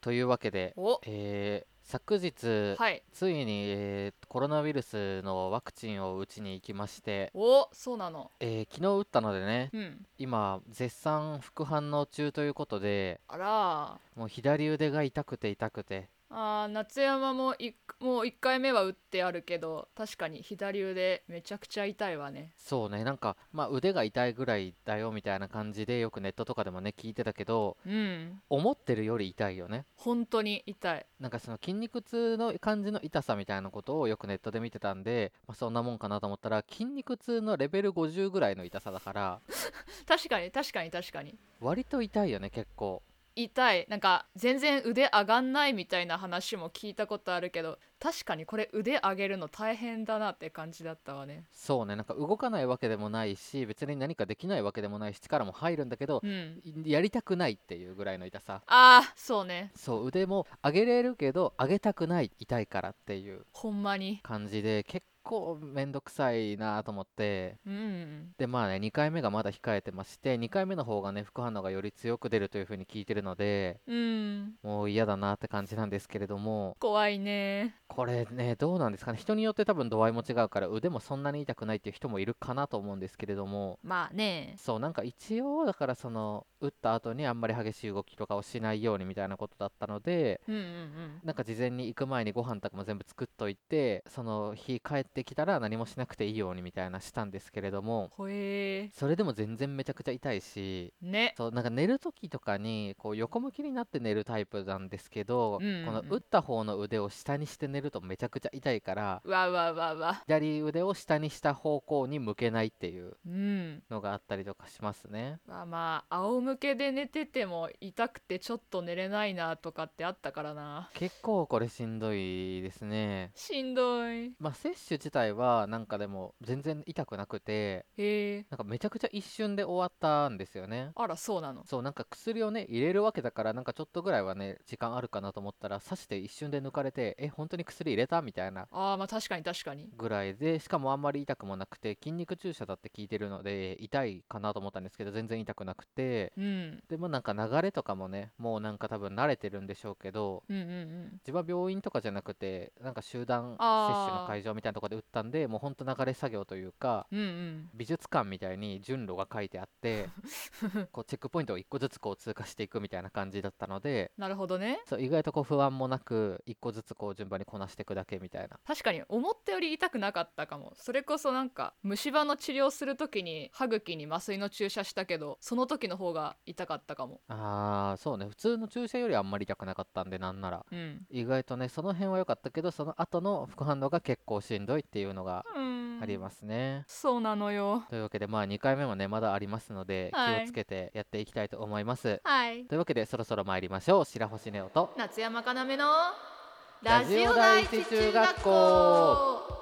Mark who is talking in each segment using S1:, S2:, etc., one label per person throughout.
S1: というわけで、
S2: お
S1: えー昨日、
S2: はい
S1: ついに、えーコロナウイルスのワクチンを打ちに行きまして、
S2: おそうなの
S1: えー昨日打ったのでね
S2: うん
S1: 今絶賛副反応中ということで
S2: あら
S1: もう左腕が痛くて痛くて
S2: あー夏山もいもう1回目は打ってあるけど確かに左腕めちゃくちゃ痛いわね
S1: そうねなんか、まあ、腕が痛いぐらいだよみたいな感じでよくネットとかでもね聞いてたけど
S2: うん
S1: 思ってるより痛いよね
S2: 本当に痛い
S1: なんかその筋肉痛の感じの痛さみたいなことをよくネットで見てたんで、まあ、そんなもんかなと思ったら筋肉痛のレベル50ぐらいの痛さだから
S2: 確かに確かに確かに
S1: 割と痛いよね結構
S2: 痛いなんか全然腕上がんないみたいな話も聞いたことあるけど確かにこれ腕上げるの大変だなって感じだったわね
S1: そうねなんか動かないわけでもないし別に何かできないわけでもないし力も入るんだけど
S2: うん
S1: いやりたくないっていうぐらいの痛さ
S2: ああそうね
S1: そう腕も上げれるけど上げたくない痛いからっていう
S2: ほんまに
S1: 感じで結構めんどくさいなと思って
S2: うん
S1: でまあね2回目がまだ控えてまして2回目の方がね副反応がより強く出るというふうに聞いてるので
S2: うん
S1: もう嫌だなって感じなんですけれども
S2: 怖いね
S1: これねどうなんですかね人によって多分度合いも違うから腕もそんなに痛くないっていう人もいるかなと思うんですけれども
S2: まあね
S1: そうなんか一応だからその打った後にあんまり激しい動きとかをしないようにみたいなことだったので
S2: うんうんうん
S1: なんか事前に行く前にご飯とかも全部作っといてその日帰ってきたら何もしなくていいようにみたいなしたんですけれども
S2: ほえ
S1: それでも全然めちゃくちゃ痛いし
S2: ーね
S1: そうなんか寝る時とかにこう横向きになって寝るタイプなんですけど、
S2: うんうんうん
S1: この打った方の腕を下にして寝るとめちゃくちゃ痛いから
S2: うわうわうわうわ
S1: 左腕を下にした方向に向けないっていう
S2: うん
S1: のがあったりとかしますね
S2: まあまあ仰向けで寝てても痛くてちょっと寝れないなとかってあったからな
S1: 結構これしんどいですね
S2: しんどい
S1: まあ摂取自体はなんかでも全然痛くなくて
S2: へえ
S1: なんかめちゃくちゃ一瞬で終わったんですよね
S2: あらそうなの
S1: そうなんか薬をね入れるわけだからなんかちょっとぐらいはね時間あるかなと思ったら刺して一瞬で抜かれてえ本当に薬入れたみたいな
S2: あーまあ確かに確かに
S1: ぐらいでしかもあんまり痛くもなくて筋肉注射だって聞いてるので痛いかなと思ったんですけど全然痛くなくて
S2: うん
S1: でもなんか流れとかもねもうなんか多分慣れてるんでしょうけど
S2: うんうんうん
S1: 自分は病院とかじゃなくてなんか集団接種
S2: あ
S1: の
S2: ー
S1: 会場みたいなところで打ったんでもうほんと流れ作業というか
S2: うんうん
S1: 美術館みたいに順路が書いてあって こうチェックポイントを1個ずつこう通過していくみたいな感じだったので
S2: なるほどね
S1: そう意外とこう不安もなく1個ずつこう順番にこなしていくだけみたいな
S2: 確かに思ったより痛くなかったかもそれこそなんか虫歯の治療する時に歯茎に麻酔の注射したけどその時の方が痛かったかも
S1: あーそうね普通の注射よりあんまり痛くなかったんでなんなら
S2: うん
S1: 意外とねその辺は良かったけどその後の副反応が結構しんどいっていうのが
S2: うん
S1: ありますね、
S2: そうなのよ
S1: というわけでまあ2回目もねまだありますので
S2: はい
S1: 気をつけてやっていきたいと思います、
S2: はい
S1: というわけでそろそろ参りましょう白星ネオと
S2: 夏山かなめの
S1: ラジオ第一中学校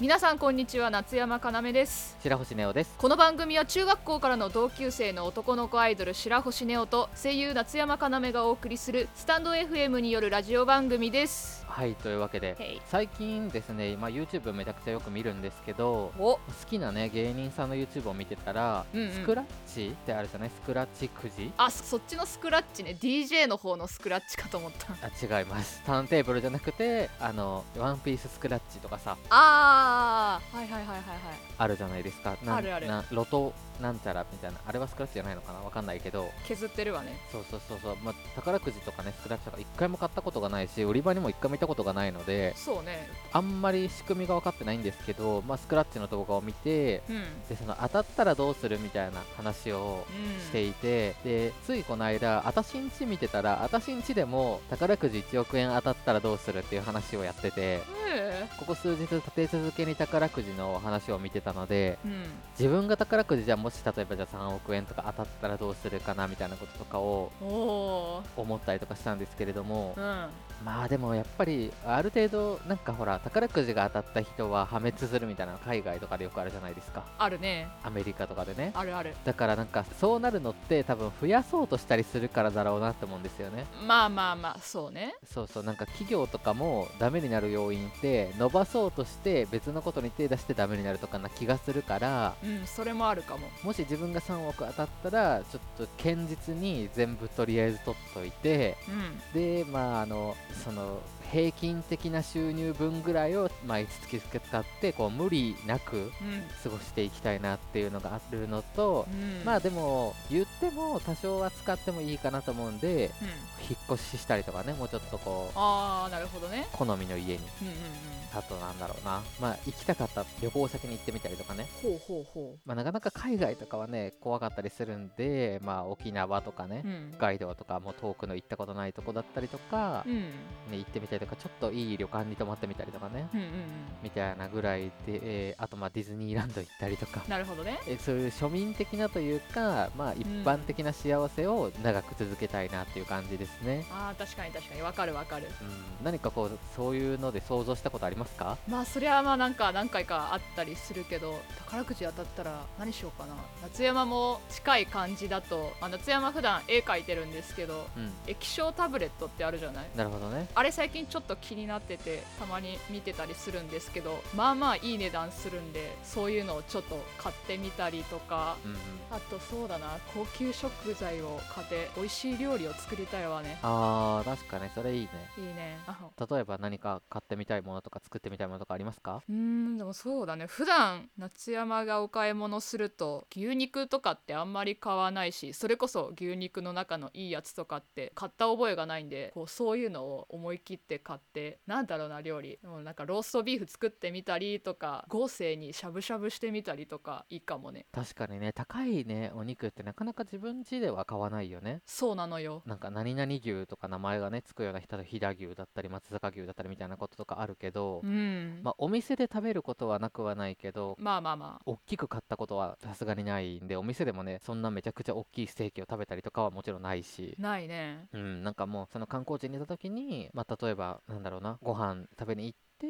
S2: 皆さんこんにちは夏山かなめです
S1: 白星ネオです
S2: この番組は中学校からの同級生の男の子アイドル白星ネオと声優夏山かなめがお送りするスタンド FM によるラジオ番組です
S1: はいというわけで
S2: へい
S1: 最近ですね、まあ、YouTube めちゃくちゃよく見るんですけど
S2: お
S1: 好きなね芸人さんの YouTube を見てたら、
S2: うんうん
S1: スクラッチってあるじゃないスクラッチくじ
S2: あそそっちのスクラッチね DJ の方のスクラッチかと思った
S1: あ違いますターンテーブルじゃなくてあのワンピーススクラッチとかさ
S2: あーはいはいはいはいはい
S1: あるじゃないですかなん
S2: あるある
S1: なロトなんちゃらみたいなあれはスクラッチじゃないのかなわかんないけど
S2: 削ってるわね
S1: そうそうそうそう、まあ、宝くじとかねスクラッチとか一回も買ったことがないし売り場にも一回も行ったことがないので
S2: そうね
S1: あんまり仕組みが分かってないんですけど、まあ、スクラッチの動画を見て
S2: うん、うん、
S1: でその当たったらどうするみたいな話をしていて、でついこの間あたしんち見てたらあたしんちでも宝くじ1億円当たったらどうするっていう話をやってて
S2: へえ
S1: ここ数日立て続けに宝くじの話を見てたので
S2: うん
S1: 自分が宝くじじゃあもし例えばじゃあ3億円とか当たったらどうするかなみたいなこととかを
S2: おお
S1: 思ったりとかしたんですけれども
S2: ーうん
S1: まあでもやっぱりある程度なんかほら宝くじが当たった人は破滅するみたいなの海外とかでよくあるじゃないですか
S2: あるね
S1: アメリカとかでね
S2: あるある
S1: だからなんかそうなるのって多分増やそうとしたりするからだろうなって思うんですよね
S2: まあまあまあそうね
S1: そうそうなんか企業とかもダメになる要因って伸ばそうとして別のことに手出してダメになるとかな気がするから
S2: うんそれもあるかも
S1: もし自分が3億当たったらちょっと堅実に全部とりあえず取っといて
S2: うん
S1: でまああのその平均的な収入分ぐらいを毎月使ってこう無理なく
S2: うん
S1: 過ごしていきたいなっていうのがあるのと、
S2: うん
S1: まあでも言っても多少は使ってもいいかなと思うんで
S2: うん
S1: 引っ越ししたりとかねもうちょっとこう
S2: ああなるほどね
S1: 好みの家に
S2: うんうん
S1: あとなんだろうなまあ行きたかった旅行先に行ってみたりとかね
S2: うんほうほうほ
S1: まあなかなか海外とかはね怖かったりするんでまあ沖縄とかね、
S2: ううん
S1: 北海道とかもう遠くの行ったことないとこだったりとか
S2: う、んうん
S1: ね、行ってみたりとかちょっといい旅館に泊まってみたりとかね
S2: うんうん
S1: みたいなぐらいで、えーあとまあディズニーランド行ったりとか
S2: なるほどね
S1: えそういう庶民的なというか、まあ、一般的な幸せを長く続けたいなっていう感じですね、
S2: あー確かに確かにわかるわかる
S1: うん何かこうそういうので想像したことありますか
S2: まあそれはまあなんか何回かあったりするけど宝くじ当たったら何しようかな夏山も近い感じだと、まあ、夏山普段絵描いてるんですけど
S1: うん
S2: 液晶タブレットってあるじゃない
S1: なるほどね
S2: あれ最近ちょっと気になっててたまに見てたりするんですけどまあまあいい値段するんでそういうのをちょっと買ってみたりとか
S1: うんうん
S2: あとそうだな高級食材を買って美味しい料理を作りたいわね
S1: あー確かねそれいいね
S2: いいねあ
S1: 例えば何か買ってみたいものとか作ってみたいものとかありますか
S2: うーんでもそうだね普段夏山がお買い物すると牛肉とかってあんまり買わないしそれこそ牛肉の中のいいやつとかって買った覚えがないんでこうそういうのを思い切って買ってなんだろうな料理もうなんかローストビーフ作ってみたりとか豪勢にしゃぶしゃぶしてみたりとかいいかもね
S1: 確かにね高いねお肉ってなかなか自分家では買わないよね
S2: そうなのよ
S1: なんか何々牛とか名前がねつくような人飛騨牛だったり松阪牛だったりみたいなこととかあるけど、
S2: うん
S1: まあお店で食べることはなくはないけど
S2: まあまあまあ
S1: 大きく買ったことはさすがにないんでお店でもねそんなめちゃくちゃ大きいステーキを食べたりとかはもちろんないし
S2: ないね
S1: うんなんかもうその観光地にいた時にまあ例えばなんだろうなご飯食べに行って、
S2: うん
S1: ち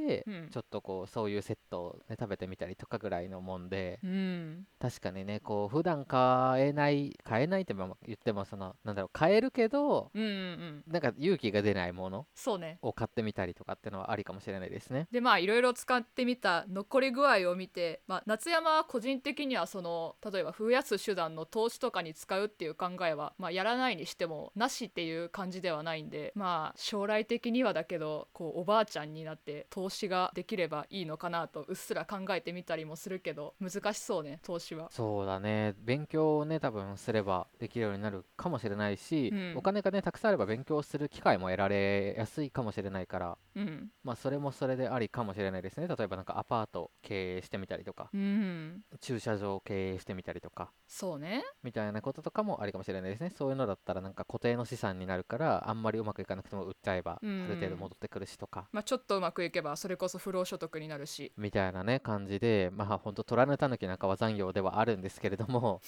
S1: ょっとこうそういうセットを、ね、食べてみたりとかぐらいのもんで
S2: うん
S1: 確かにねこう普段買えない買えないっても言ってもそのなんだろう買えるけど
S2: うんうんうん
S1: なんか勇気が出ないもの
S2: そうね
S1: を買ってみたりとかってのはありかもしれないですね。
S2: でまあいろいろ使ってみた残り具合を見て、まあ、夏山は個人的にはその例えば増やす手段の投資とかに使うっていう考えは、まあ、やらないにしてもなしっていう感じではないんでまあ将来的にはだけどこうおばあちゃんになって投資ができればいいのかなとうっすら考えてみたりもするけど難しそうね投資は。
S1: そうだね勉強をね多分すればできるようになるかもしれないし、
S2: うん
S1: お金がねたくさんあれば勉強する機会も得られやすいかもしれないから
S2: うん、
S1: まあそれもそれでありかもしれないですね例えばなんかアパート経営してみたりとか
S2: うん、
S1: 駐車場を経営してみたりとか
S2: そうね
S1: みたいなこととかもありかもしれないですねそういうのだったらなんか固定の資産になるからあんまりうまくいかなくても売っちゃえばあ
S2: うん
S1: る程度戻ってくるしとか。
S2: まあちょっとうまくいけばそれこそ不労所得になるし
S1: みたいなね感じでまあほんと虎のたぬきなんかは残業ではあるんですけれど も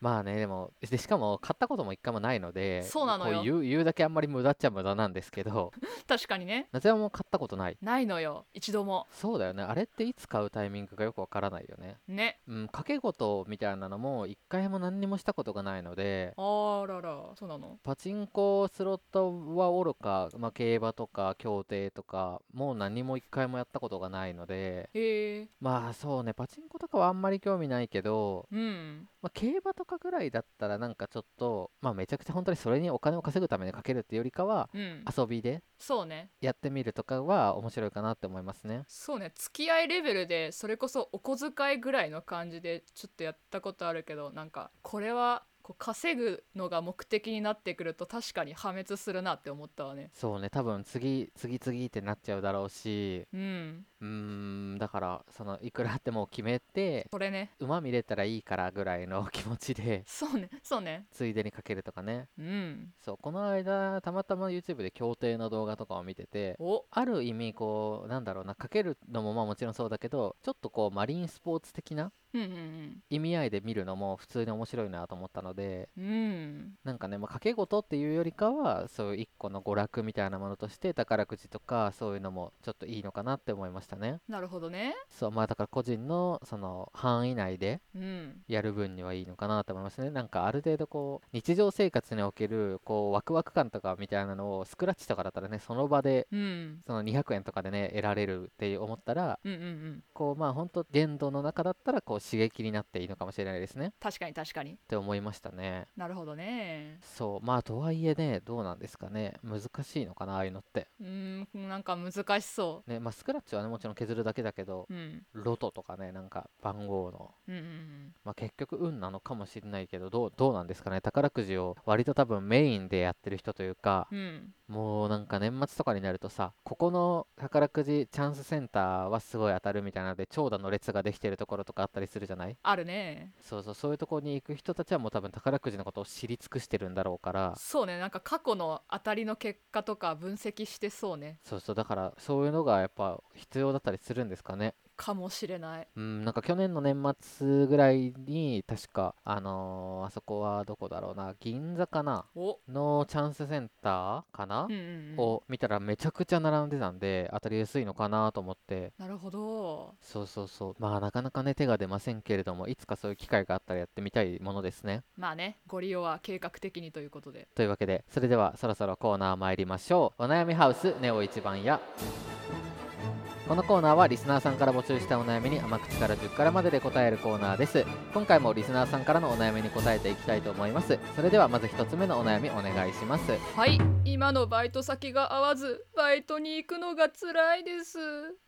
S1: まあねでもでしかも買ったことも一回もないので
S2: そうなのよ
S1: こう言う言うだけあんまり無駄っちゃ無駄なんですけ ど
S2: 確かにね
S1: 夏山も買ったことない
S2: ないのよ一度も
S1: そうだよねあれっていつ買うタイミングがよくわからないよね
S2: ね
S1: うん掛け事みたいなのも一回も何にもしたことがないので
S2: あららそうなの
S1: パチンコスロットはおろか、まあ、競馬とか競艇とかもう何も一回もやったことがないので
S2: へえ
S1: まあそうねパチンコとかはあんまり興味ないけど
S2: うん
S1: まあ、競馬とかぐらいだったらなんかちょっと、まあ、めちゃくちゃ本当にそれにお金を稼ぐためにかけるっていうよりかは
S2: うん
S1: 遊びで
S2: そうね
S1: やってみるとかは面白いかなって思いますね。
S2: そうね付き合いレベルでそれこそお小遣いぐらいの感じでちょっとやったことあるけどなんかこれはここう稼ぐのが目的になってくると確かに破滅するなって思ったわね。
S1: そうね多分次次次ってなっちゃうだろうし
S2: うん、
S1: うーんだからそのいくらあっても決めて
S2: それね。
S1: 馬見れたらいいからぐらいの 気持ちで
S2: そうね、そうね。
S1: ついでにかけるとかね
S2: うん。
S1: そうこの間たまたま YouTube で競艇の動画とかを見てて
S2: お、
S1: ある意味こうなんだろうなかけるのもまあもちろんそうだけどちょっとこうマリンスポーツ的な
S2: うんうん
S1: 意味合いで見るのも普通に面白いなと思ったので
S2: うん。うん。
S1: なんかね、まあ、賭け事っていうよりかはそういう一個の娯楽みたいなものとして宝くじとかそういうのもちょっといいのかなって思いましたね
S2: なるほどね。
S1: そうまあだから個人のその範囲内で
S2: うん。
S1: やる分にはいいのかなと思いますねなんかある程度こう日常生活におけるこうワクワク感とかみたいなのをスクラッチとかだったらねその場で
S2: うん。
S1: その200円とかでね得られるって思ったら
S2: うんうんうん。
S1: こうまあ本当限度の中だったらこう刺激になっていいのかもしれないですねっ
S2: 確かに確かに。
S1: て思いましたね
S2: なるほどね。
S1: そうまあとはいえねどうなんですかね難しいのかなああいうのって
S2: うん、なんか難しそ
S1: ねまあスクラッチはねもちろん削るだけだけど
S2: う。うん。
S1: ロトとかねなんか番号の
S2: うんうんうん。
S1: まあ結局運なのかもしれないけどどうどうなんですかね宝くじを割と多分メインでやってる人というか
S2: うん。
S1: もうなんか年末とかになるとさここの宝くじチャンスセンターはすごい当たるみたいなので長蛇の列ができてるところとかあったりするじゃない
S2: あるね。
S1: そうそうそういうところに行く人たちはもう多分宝くじのことを知り尽くしてるんだろうから
S2: そうね。なんか過去の当たりの結果とか分析してそうね。
S1: そうそうだからそういうのがやっぱ必要だったりするんですかね
S2: かもしれない。
S1: うんなんか去年の年末ぐらいに確かあのーあそこはどこだろうな銀座かな
S2: お。
S1: のチャンスセンターかな、
S2: うんうんうん。
S1: を見たらめちゃくちゃ並んでたんで当たりやすいのかなと思って
S2: なるほど。
S1: そうそうそうまあなかなかね手が出ませんけれどもいつかそういう機会があったらやってみたいものですね
S2: まあね、ご利用は計画的にということで。
S1: というわけでそれではそろそろコーナー参りましょうお悩みハウスネオ一番やこのコーナーはリスナーさんから募集したお悩みに甘口から10からまでで答えるコーナーです今回もリスナーさんからのお悩みに答えていきたいと思いますそれではまず1つ目のお悩みお願いします
S2: はい、今のバイト先が合わず、バイトに行くのが辛いです。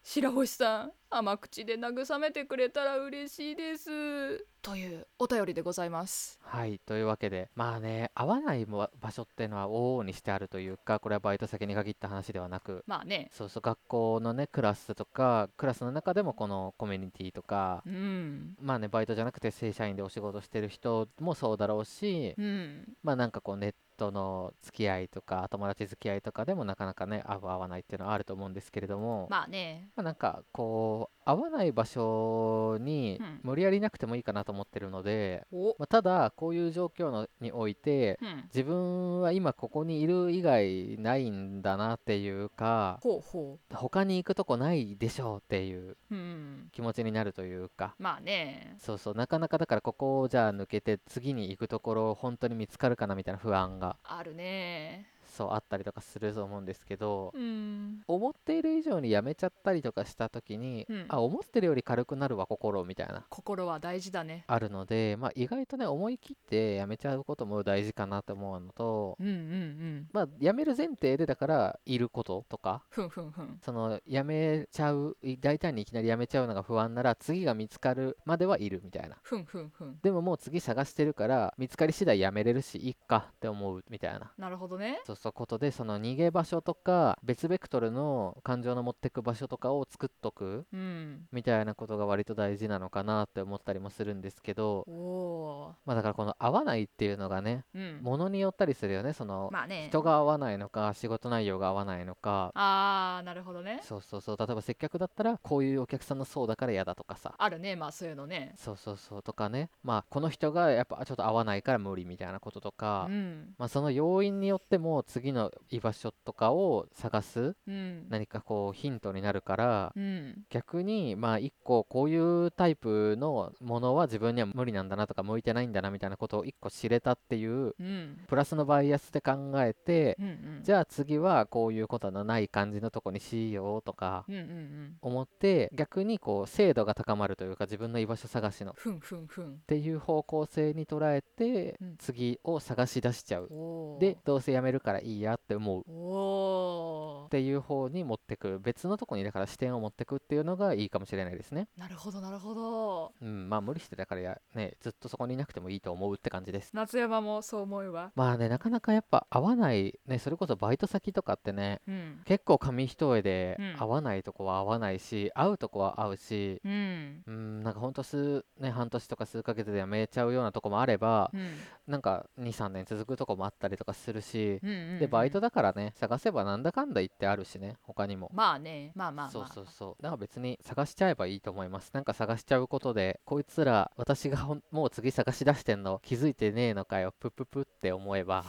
S2: 白星さん、甘口で慰めてくれたら嬉しいです。というお便りでございます。
S1: はいというわけでまあね合わないも場所っていうのは往々にしてあるというかこれはバイト先に限った話ではなく
S2: まあね、
S1: そうそう学校のねクラスとかクラスの中でもこのコミュニティとか
S2: うん、
S1: まあね、バイトじゃなくて正社員でお仕事してる人もそうだろうし、
S2: うん、
S1: まあなんかこうネットの付き合いとか友達付き合いとかでもなかなかね合う合わないっていうのはあると思うんですけれども、ま
S2: まあね、
S1: あ、なんかこう合わない場所に
S2: うん
S1: 無理やりなくてもいいかなと思ってるので、
S2: お、
S1: まあ、ただこういう状況のにおいて
S2: うん、
S1: 自分は今ここにいる以外ないんだなっていうか
S2: ほうほ
S1: 他に行くとこないでしょうっていう
S2: う、うん、
S1: 気持ちになるというか
S2: まあね、
S1: そうそうなかなかだからここをじゃあ抜けて次に行くところ本当に見つかるかなみたいな不安が
S2: あるね、
S1: そうあったりとかすると思うんですけど
S2: うん、
S1: 思っている以上にやめちゃったりとかした時に、
S2: うん
S1: あ思ってるより軽くなるわ心みたいな
S2: 心は大事だね。
S1: あるので、まあ、意外とね思い切ってやめちゃうことも大事かなと思うのと、
S2: うんうんうん、
S1: まあ、やめる前提でだからいることとか
S2: ふんふんふん。
S1: そのやめちゃうい大胆にいきなりやめちゃうのが不安なら次が見つかるまではいるみたいな。
S2: ふんふんふん
S1: でももう次探してるから見つかり次第やめれるしいいかって思うみたいな。
S2: なるほどね
S1: そうそうことでその逃げ場所とか別ベクトルの感情の持ってく場所とかを作っとく
S2: うん
S1: みたいなことが割と大事なのかなって思ったりもするんですけど
S2: おお
S1: まあだからこの合わないっていうのがね
S2: ーうん
S1: ものによったりするよねその
S2: まあね
S1: 人が合わないのか仕事内容が合わないのか
S2: あーなるほどね
S1: そうそうそう例えば接客だったらこういうお客さんの層だから嫌だとかさ
S2: あるねまあそういうのね
S1: そうそうそうとかねまあこの人がやっぱちょっと合わないから無理みたいなこととか
S2: うん
S1: まあ、その要因によっても次の居場所とかを探す
S2: うん
S1: 何かこうヒントになるから
S2: うん
S1: 逆にまあ一個こういうタイプのものは自分には無理なんだなとか向いてないんだなみたいなことを一個知れたっていう
S2: うんうん
S1: プラスのバイアスで考えて
S2: うん
S1: じゃあ次はこういうことのない感じのとこにしようとか
S2: うんうんうん
S1: 思って逆にこう精度が高まるというか自分の居場所探しのっ
S2: ふんふんふん
S1: ていう方向性に捉えて
S2: うん
S1: 次を探し出しちゃう
S2: おー
S1: でどうせやめるからいいやって思う
S2: お
S1: っていう方に持ってく別のとこにだから視点を持ってくっていうのがいいかもしれないですね。
S2: なるほどなるほど
S1: うん、まあ無理してだからや、ね、ずっとそこにいなくてもいいと思うって感じです。
S2: 夏山もそう思うわ
S1: まあね、なかなかやっぱ合わない、ね、それこそバイト先とかってね、
S2: うん
S1: 結構紙一重で
S2: うん
S1: 合わないとこは合わないし、合うとこは合うし、
S2: うん
S1: うん、なんかほんと数、ね、半年とか数ヶ月で辞めちゃうようなとこもあれば、
S2: うん
S1: なんか2、3年続くとこもあったりとかするし、
S2: うんうん
S1: で、バイトだからね、探せばなんだかんだ言ってあるしね、他にも。
S2: まあねまあまあまあ
S1: そうそうそうだから別に探しちゃえばいいと思いますなんか探しちゃうことでこいつら私がほんもう次探し出してんの気づいてねえのかよプップップって思え ば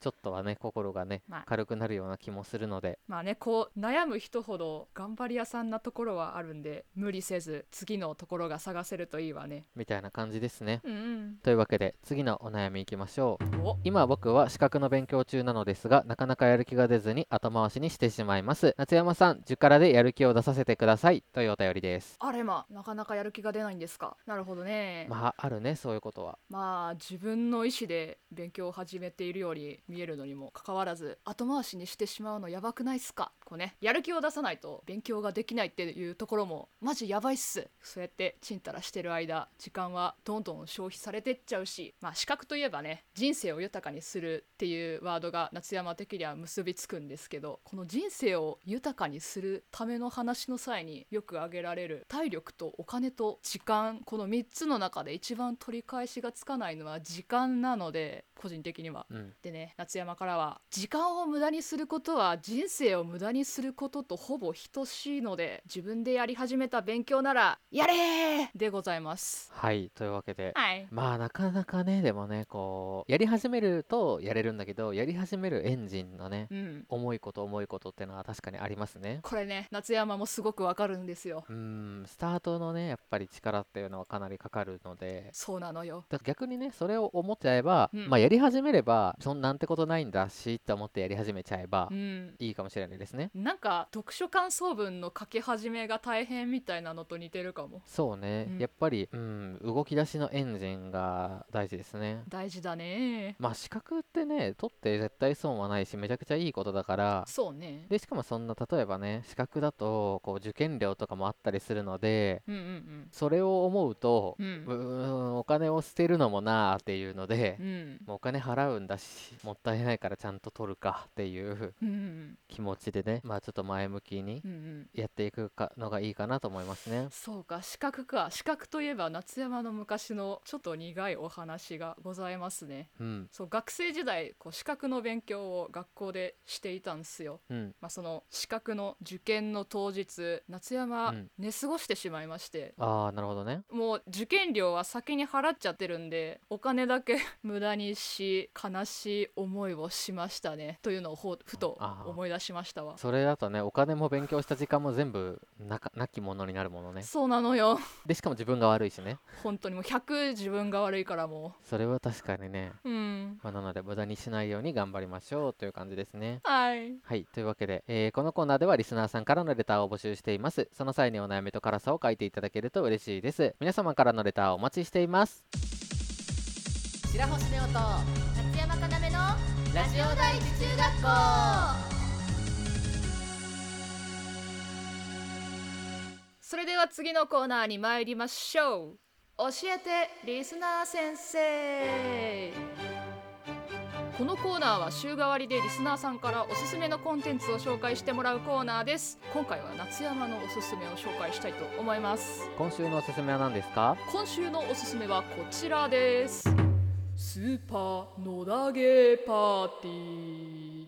S1: ちょっとはね心がね
S2: まあ
S1: 軽くなるような気もするので
S2: まあねこう悩む人ほど頑張り屋さんなところはあるんで無理せず次のところが探せるといいわね
S1: みたいな感じですね
S2: うん
S1: というわけで次のお悩みいきましょう
S2: うんお
S1: 今僕は資格の勉強中なのですがなかなかやる気が出ずに後回しにしてしまいます夏山さん10からでやる気を出させてくださいというお便りです
S2: あれまなかなかやる気が出ないんですかなるほどねま
S1: まああるねそういうことは
S2: あ自分の意思で勉強を始めているように見えるのにもかかわらず後回しにしてしまうのやばくないっすかこうねやる気を出さないと勉強ができないっていうところもマジやばいっすそうやってチンタラしてる間時間はどんどん消費されてっちゃうしまあ資格といえばね人生を豊かにするっていうワードが夏山的には結びつくんですけどこの人生を豊かにするための話の際によく挙げられる体力とお金と時間この3つの中で一番取り返しがつかないのは時間なので個人的には
S1: うん
S2: でね夏山からは時間を無駄にすることは人生を無駄にすることとほぼ等しいので自分でやり始めた勉強ならやれーでございます
S1: はいというわけで
S2: はい
S1: まあなかなかねでもねこうやり始めるとやれるんだけどやり始めるエンジンのね
S2: うん
S1: 重いこと重いことってのは確かにありますね
S2: これね夏山もすごくわかるんですよ
S1: うーんスタートのねやっぱり力っていうのはかなりかかるので
S2: そうなのよ
S1: だから逆にねそれを思っちゃえば、
S2: うん
S1: まあやり始めればそんなんてことないんだしって思ってやり始めちゃえば
S2: うん
S1: いいかもしれないですね
S2: なんか読書感想文の書き始めが大変みたいなのと似てるかも
S1: そうね、
S2: うん
S1: やっぱりうん動き出しのエンジンが大事ですね
S2: 大事だね
S1: まあ資格ってね取って絶対損はないしめちゃくちゃいいことだから
S2: そうね
S1: でしかもそんな例えばね資格だとこう受験料とかもあったりするので
S2: うんうん
S1: それを思うと、
S2: うん
S1: う
S2: うん
S1: ーんお金を捨てるのもなあっていうので
S2: う、ん
S1: もうお金払うんだしもったいないからちゃんと取るかっていう
S2: うんうん
S1: 気持ちでねまあちょっと前向きに
S2: うんうん
S1: やっていくかのがいいかなと思いますね。
S2: そうか資格か資格といえば夏山の昔のちょっと苦いお話がございますね
S1: うん
S2: そう学生時代こう資格の勉強を学校でしていたんですよ
S1: うん
S2: まあその資格の受験の当日夏山、
S1: うん
S2: 寝過ごしてしまいまして
S1: ああなるほどね。
S2: もう受験料は先に払っちゃってるんでお金だけ 無駄にし悲しい思いをしましたねというのをほうふと
S1: あー
S2: 思い出しましたわ
S1: それだとねお金も勉強した時間も全部なかなきものになるものね。
S2: そうなのよ
S1: でしかも自分が悪いしね
S2: 本当にもう100自分が悪いからも
S1: それは確かにね
S2: ううん
S1: まあなので無駄にしないように頑張りましょうという感じですね。
S2: はい
S1: はい、というわけで、えーこのコーナーではリスナーさんからのレターを募集しています。その際にお悩みと辛さを書いていただけると嬉しいです。皆様からのレターをお待ちしています。
S3: 白星ネオと夏山かなめのラジオ第一中学校
S2: それでは次のコーナーに参りましょう教えてリスナー先生このコーナーは週替わりでリスナーさんからおすすめのコンテンツを紹介してもらうコーナーです今回は夏山のおすすめを紹介したいと思います
S1: 今週のおすすめは何ですか
S2: 今週のおすすめはこちらですスーパー野田ゲーパーティー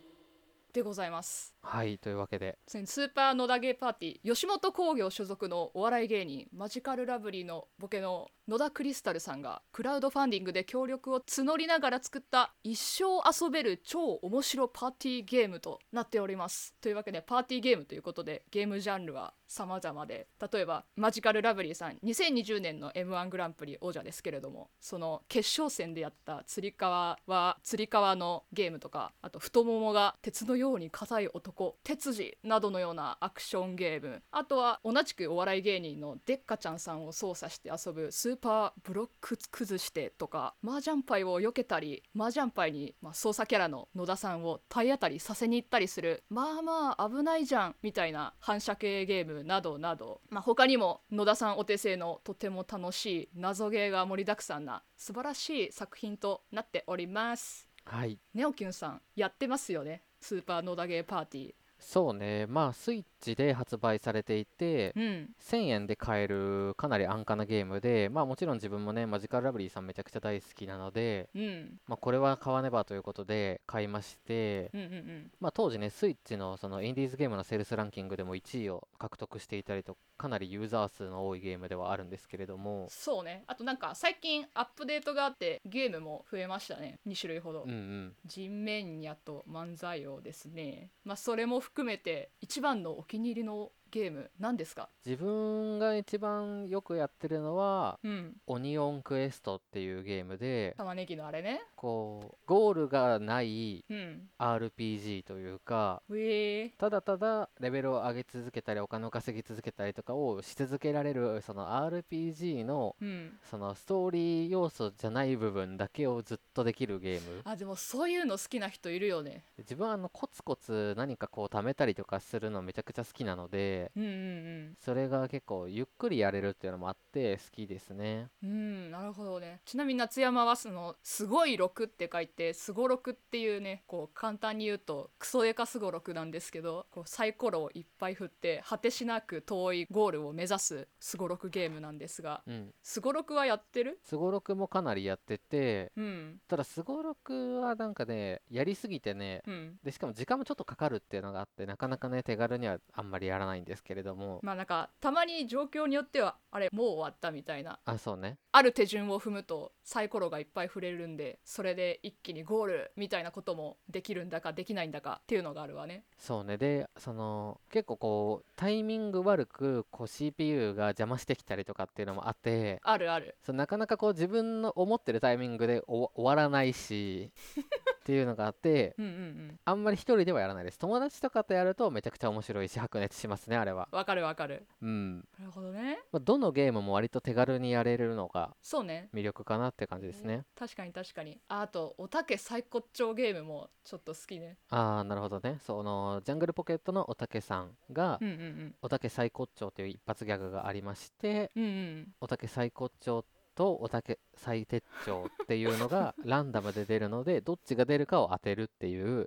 S2: でございます
S1: はい、というわけで、
S2: スーパー野田ゲーパーティー吉本興業所属のお笑い芸人マジカルラブリーのボケの野田クリスタルさんがクラウドファンディングで協力を募りながら作った一生遊べる超面白パーティーゲームとなっておりますというわけでパーティーゲームということでゲームジャンルは様々で例えばマジカルラブリーさん2020年の m 1グランプリ王者ですけれどもその決勝戦でやった釣り革は釣り革のゲームとかあと太ももが鉄のように硬い男鉄次などのようなアクションゲームあとは同じくお笑い芸人のでっかちゃんさんを操作して遊ぶスーーパーブロック崩してとか麻雀牌を避けたり麻雀牌に、まあ、操作キャラの野田さんを体当たりさせに行ったりするまあまあ危ないじゃんみたいな反射系ゲームなどなど、まあ、他にも野田さんお手製のとても楽しい謎ゲーが盛りだくさんな素晴らしい作品となっております
S1: はい
S2: ネオキュンさんやってますよねスーパー野田ゲーパーティー
S1: そうねまあスイッチで発売されていて
S2: うん
S1: 1000円で買えるかなり安価なゲームでまあもちろん自分もねマジカルラブリーさんめちゃくちゃ大好きなので
S2: うん
S1: まあこれは買わねばということで買いまして
S2: うんうんうん
S1: まあ当時ねスイッチのそのインディーズゲームのセールスランキングでも1位を獲得していたりとかなりユーザー数の多いゲームではあるんですけれども
S2: そうねあとなんか最近アップデートがあってゲームも増えましたね2種類ほど、
S1: うんうん
S2: 人面やと漫才をですねまあそれも含めて一番のお気に入りのゲーム何ですか
S1: 自分が一番よくやってるのは
S2: うん
S1: オニオンクエストっていうゲームで
S2: 玉ねぎのあれね
S1: こうゴールがない
S2: うん
S1: RPG というか
S2: うえー
S1: ただただレベルを上げ続けたりお金を稼ぎ続けたりとかをし続けられるその RPG の
S2: うん
S1: そのストーリー要素じゃない部分だけをずっとできるゲーム
S2: あでもそういうの好きな人いるよね
S1: 自分はあのコツコツ何かこう貯めたりとかするのめちゃくちゃ好きなので
S2: うんうん
S1: それが結構ゆっくりやれるっていうのもあって好きですね
S2: うんうんなるほどねちなみに夏山はその「すごい6」って書いて「すご6」っていうねこう簡単に言うとクソデカすご6なんですけどこうサイコロをいっぱい振って果てしなく遠いゴールを目指すすご6ゲームなんですが
S1: うん
S2: すご6はやってる
S1: すごろくもかなりやってて
S2: うん
S1: ただすごろくはなんかねやりすぎてね
S2: うん
S1: でしかも時間もちょっとかかるっていうのがあってなかなかね手軽にはあんまりやらないんですけれども
S2: まあなんかたまに状況によってはあれもう終わったみたいな
S1: あそうね
S2: ある手順を踏むとサイコロがいっぱい振れるんでそれで一気にゴールみたいなこともできるんだかできないんだかっていうのがあるわね
S1: そうねでその結構こうタイミング悪くこう CPU が邪魔してきたりとかっていうのもあって
S2: あるある
S1: そうなかなかこう自分の思ってるタイミングで終わ終わらないしっていうのがあって
S2: うんうんうん
S1: あんまり一人ではやらないです友達とかとやるとめちゃくちゃ面白いし白熱しますねあれは
S2: わかるわかる
S1: うん、
S2: なるほどね
S1: まあどのゲームも割と手軽にやれるのが
S2: そうね
S1: 魅力かなって感じですね
S2: 確かに確かにああとおたけ最高潮ゲームもちょっと好きね
S1: ああなるほどねそのジャングルポケットのおたけさんが
S2: うんうん
S1: おたけ最高潮という一発ギャグがありまして
S2: うんうんうん
S1: おたけ最高潮とおたけ最低潮っていうのがランダムで出るのでどっちが出るかを当てるっていう
S2: うんうんう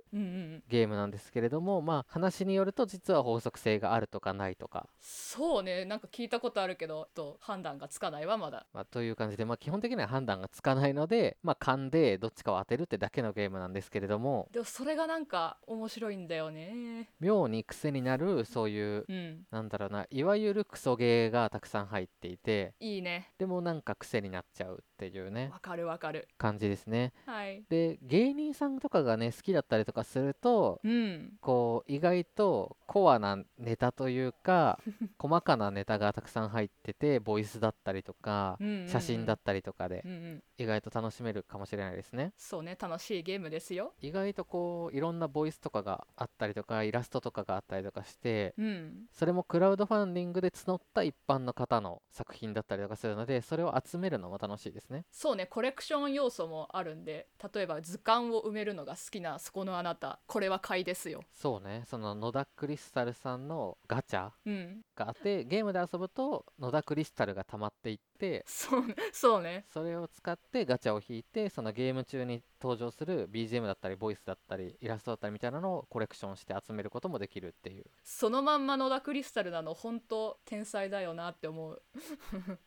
S2: ん
S1: ゲームなんですけれどもまあ話によると実は法則性があるとかないとか、
S2: そうねなんか聞いたことあるけどちょっと判断がつかないわまだ
S1: まあ、という感じで、まあ、基本的には判断がつかないので、まあ、勘でどっちかを当てるってだけのゲームなんですけれども
S2: でもそれがなんか面白いんだよね
S1: 妙に癖になるそういう
S2: うん
S1: なんだろうないわゆるクソゲーがたくさん入っていて
S2: いいね
S1: でもなんか癖になっちゃうっていうね
S2: わかるわかる
S1: 感じですね
S2: はい
S1: で芸人さんとかがね好きだったりとかすると
S2: うん
S1: こう意外とコアなネタというか細かなネタがたくさん入っててボイスだったりとか
S2: うんうんうん
S1: 写真だったりとかで
S2: うんうん
S1: 意外と楽しめるかもしれないですね
S2: そうね楽しいゲームですよ
S1: 意外とこういろんなボイスとかがあったりとかイラストとかがあったりとかして
S2: うん
S1: それもクラウドファンディングで募った一般の方の作品だったりとかするのでそれを集めるのも楽しいですね
S2: そうねコレクション要素もあるんで例えば図鑑を埋めるのが好きなそこのあなたこれは買いですよ
S1: そうねその野田クリスタルさんのガチャ
S2: うん
S1: があってゲームで遊ぶと野田クリスタルが溜まっていって
S2: そうねそうね
S1: それを使ってガチャを引いてそのゲーム中に登場する BGM だったりボイスだったりイラストだったりみたいなのをコレクションして集めることもできるっていう、
S2: そのまんま野田クリスタルなの本当天才だよなって思う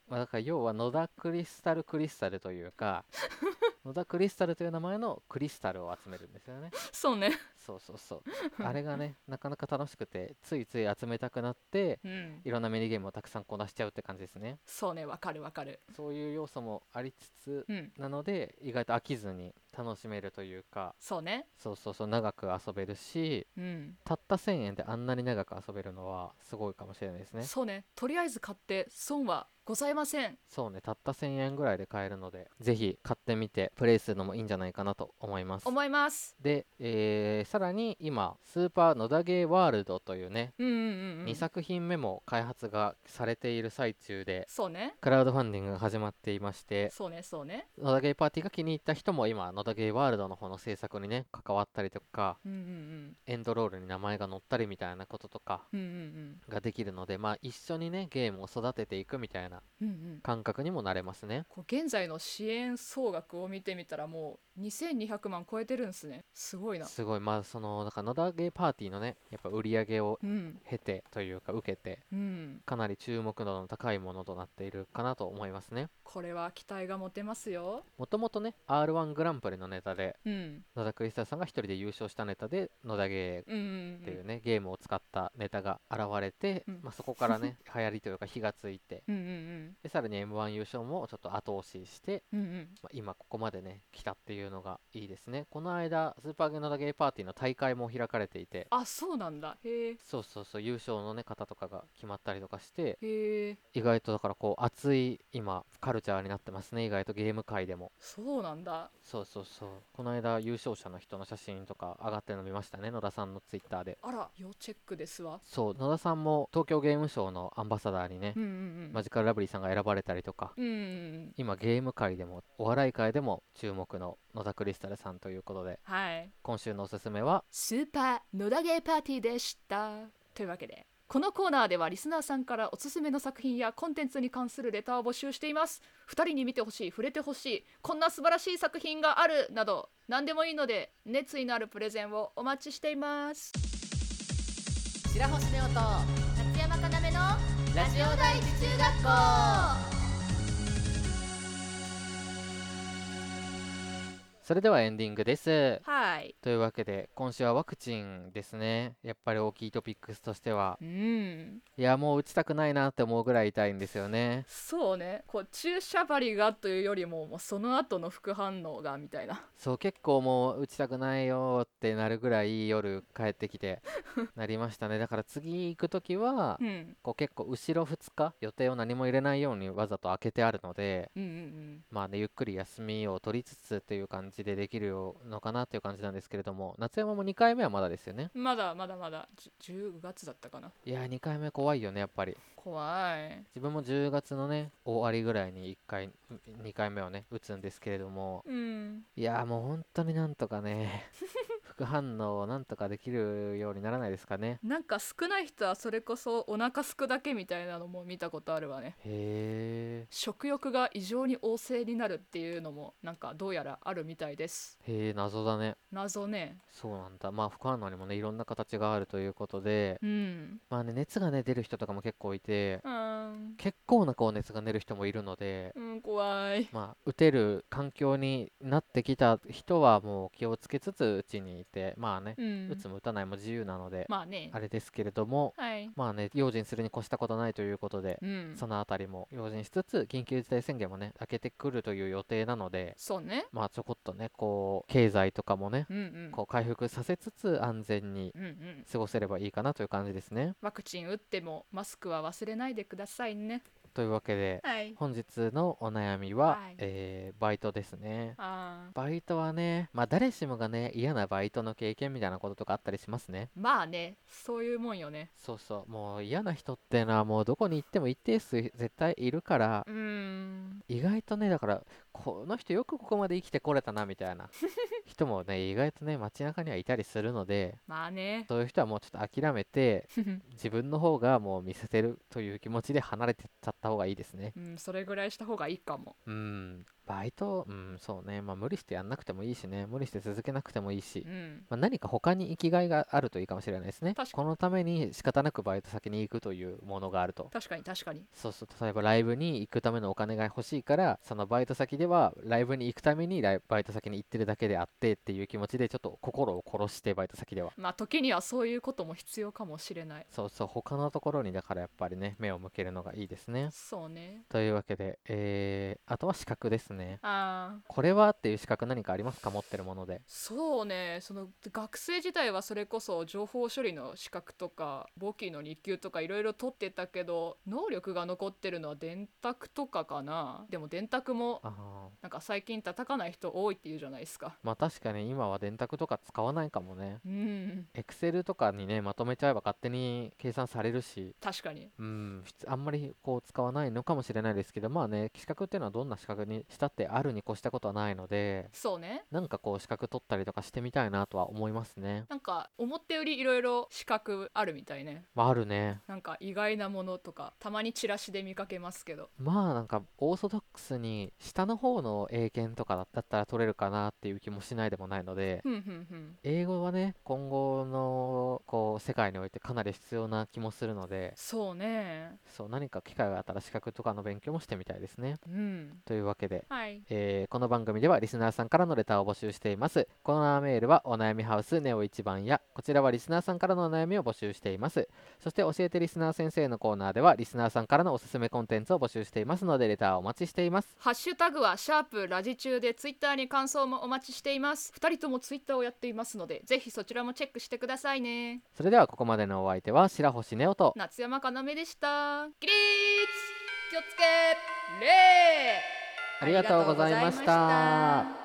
S1: まあ、だから要は野田クリスタルクリスタルというか野田クリスタルという名前のクリスタルを集めるんですよね
S2: そうね
S1: そうそうそうあれがねなかなか楽しくてついつい集めたくなって
S2: うん
S1: いろんなミニゲームをたくさんこなしちゃうって感じですね
S2: そうねわかるわかる
S1: そういう要素もありつつ
S2: うん
S1: なので意外と飽きずに楽しめるというか
S2: そうね
S1: そうそうそう長く遊べるし
S2: うん
S1: たった1000円であんなに長く遊べるのはすごいかもしれないですね
S2: そうねとりあえず買って損はございません
S1: そうねたった1000円ぐらいで買えるのでぜひ買ってみてプレイするのもいいんじゃないかなと思います
S2: 思います
S1: で、えーさらに今スーパー野田ゲーワールドというね、
S2: うんうんうん、う
S1: 2
S2: ん、
S1: 作品目も開発がされている最中で
S2: そうね
S1: クラウドファンディングが始まっていまして
S2: そうねそうね
S1: 野田ゲーパーティーが気に入った人も今野田ゲーワールドの方の制作にね関わったりとか
S2: うんうん
S1: エンドロールに名前が載ったりみたいなこととか
S2: うんうんうん
S1: ができるのでまあ一緒にねゲームを育てていくみたいな
S2: うんうんうん
S1: 感覚にもなれますね
S2: こう現在の支援総額を見てみたらもう2200万超えてるんですねすごいな
S1: すごいまあそのなんか野田ゲーパーティーのねやっぱ売り上げを
S2: うん
S1: 経てというか受けて
S2: うん
S1: かなり注目度の高いものとなっているかなと思いますね
S2: これは期待が持てますよ
S1: もともとね r 1グランプリのネタで
S2: うん
S1: 野田クリスタルさんが一人で優勝したネタで野田ゲー
S2: うんうん
S1: っ
S2: う
S1: てい
S2: ん
S1: うね、ゲームを使ったネタが現れて、
S2: うん
S1: まあ、そこからね流行りというか火がついて
S2: うんうん
S1: でさらに m 1優勝もちょっと後押しして、
S2: うんうん
S1: まあ、今ここまでね来たっていうのがいいですねこの間スーパーゲノダゲーパーティーの大会も開かれていて
S2: あそうなんだへえ
S1: そうそうそう優勝の、ね、方とかが決まったりとかして
S2: へえ
S1: 意外とだからこう熱い今カルチャーになってますね意外とゲーム界でも
S2: そうなんだ
S1: そうそうそうこの間優勝者の人の写真とか上がってるの見ましたね野田さんのツイッターで
S2: あら要チェックですわ
S1: そう野田さんも東京ゲームショウのアンバサダーにね、
S2: うんうんうん
S1: マジカルラブリーさんが選ばれたりとか
S2: うんうんうん
S1: 今ゲーム界でもお笑い界でも注目の野田クリスタルさんということで
S2: はい
S1: 今週のおすすめは
S2: スーパー野田ゲーパーティーでしたというわけでこのコーナーではリスナーさんからおすすめの作品やコンテンツに関するレターを募集しています2人に見てほしい触れてほしいこんな素晴らしい作品があるなど何でもいいので熱意のあるプレゼンをお待ちしています
S3: 白星ネオと夏山かなめのラジオ第一中学校
S1: それではエンディングです
S2: はい
S1: というわけで今週はワクチンですねやっぱり大きいトピックスとしては
S2: うん
S1: いやもう打ちたくないなって思うぐらい痛いんですよね
S2: そうねこう注射針がというよりももうその後の副反応がみたいな
S1: そう結構もう打ちたくないよーってなるぐらい夜帰ってき てなりましたねだから次行く時は
S2: うん
S1: こう結構後ろ2日予定を何も入れないようにわざと開けてあるので
S2: うんうん
S1: まあねゆっくり休みを取りつつという感じでできるようのかなという感じなんですけれども夏山も2回目はまだですよね
S2: うんまだまだまだじゅ10月だったかない
S1: やー2回目怖いよねやっぱり
S2: 怖い
S1: 自分も10月のね終わりぐらいに1回2回目をね打つんですけれども
S2: うん
S1: いやーもう本当になんとかね 副反応をなんとかできるようにならないですかね
S2: なんか少ない人はそれこそお腹すくだけみたいなのも見たことあるわね
S1: へ
S2: 食欲が異常に旺盛になるっていうのもなんかどうやらあるみたいです
S1: えへえ謎だね
S2: 謎ね
S1: そうなんだまあ副反応にもねいろんな形があるということで
S2: うん
S1: まあね熱がね出る人とかも結構いて
S2: うん
S1: 結構な高熱が出る人もいるので
S2: うん怖い
S1: まあ打てる環境になってきた人はもう気をつけつつうちにいてまあね
S2: う
S1: 打
S2: ん
S1: つも打たないも自由なので
S2: まあね
S1: あれですけれども
S2: はい
S1: まあね用心するに越したことないということで
S2: うん
S1: そのあたりも用心しつつ緊急事態宣言もね開けてくるという予定なので
S2: そうね
S1: まあちょこっとねこう経済とかもね
S2: うんうん
S1: こう回復させつつ安全に
S2: うんうん
S1: 過ごせればいいかなという感じですね。
S2: ワクチン打ってもマスクは忘れないでくださいね
S1: というわけで
S2: はい
S1: 本日のお悩みは、
S2: はい
S1: えーバイトですね。
S2: あー
S1: バイトはね、まあ誰しもがね、嫌なバイトの経験みたいなこととかあったりしますね。
S2: まあねそういうもんよね
S1: そうそう、もう嫌な人ってのはもうどこに行っても一定数絶対いるから、
S2: うん
S1: 意外とね、だから、この人よくここまで生きてこれたなみた いな人もね、意外とね、街中にはいたりするので、
S2: ま あね
S1: そういう人はもうちょっと諦めて、自分の方がもう見せてるという気持ちで離れてっちゃった方がいいですね。
S2: うん、それぐらいした方がいいかも。
S1: うん、バイト、うん、そうね、まあ無理してやんなくてもいいしね、無理して続けなくてもいいし
S2: う、ん、
S1: まあ、何か他に生きがいがあるといいかもしれないですね
S2: 確。か
S1: このために仕方なくバイト先に行くというものがあると。
S2: 確かに確かに。
S1: そうそう、例えばライブに行くためのお金が欲しいから、そのバイト先ではライブに行くためにライバイト先に行ってるだけであってっていう気持ちでちょっと心を殺してバイト先では
S2: まあ時にはそういうことも必要かもしれない
S1: そうそう他のところにだからやっぱりね目を向けるのがいいですね
S2: そうね
S1: というわけで、えー、あとは資格ですね
S2: あー
S1: これはっていう資格何かありますか持ってるもので
S2: そうねその学生時代はそれこそ情報処理の資格とか簿記の2級とかいろいろ取ってたけど能力が残ってるのは電卓とかかなでも電卓も
S1: ああ
S2: なんか最近叩かない人多いって言うじゃないですか
S1: まあ確かに今は電卓とか使わないかもね
S2: うん
S1: エクセルとかにねまとめちゃえば勝手に計算されるし
S2: 確かに
S1: うん普通あんまりこう使わないのかもしれないですけどまあね資格っていうのはどんな資格にしたってあるに越したことはないので
S2: そうね
S1: なんかこう資格取ったりとかしてみたいなとは思いますね
S2: なんか思ったよりいろいろ資格あるみたいね
S1: まああるね
S2: なんか意外なものとかたまにチラシで見かけますけど
S1: まあなんかオーソドックスに下の方の英検とかだったら取れるかなっていう気もしないでもないので
S2: ふんふんふん
S1: 英語はね今後のこう世界においてかなり必要な気もするので
S2: そうね
S1: そう何か機会があったら資格とかの勉強もしてみたいですね
S2: うん
S1: というわけで、
S2: はい
S1: えーこの番組ではリスナーさんからのレターを募集していますコーナーメールはお悩みハウスネオ一番やこちらはリスナーさんからのお悩みを募集していますそして教えてリスナー先生のコーナーではリスナーさんからのおすすめコンテンツを募集していますのでレターをお待ちしています
S2: ハッシュタグはシャープラジ中でツイッターに感想もお待ちしています二人ともツイッターをやっていますのでぜひそちらもチェックしてくださいね
S1: それではここまでのお相手は白星ネオと
S2: 夏山かなめでした起立気をつけ礼
S1: ありがとうございました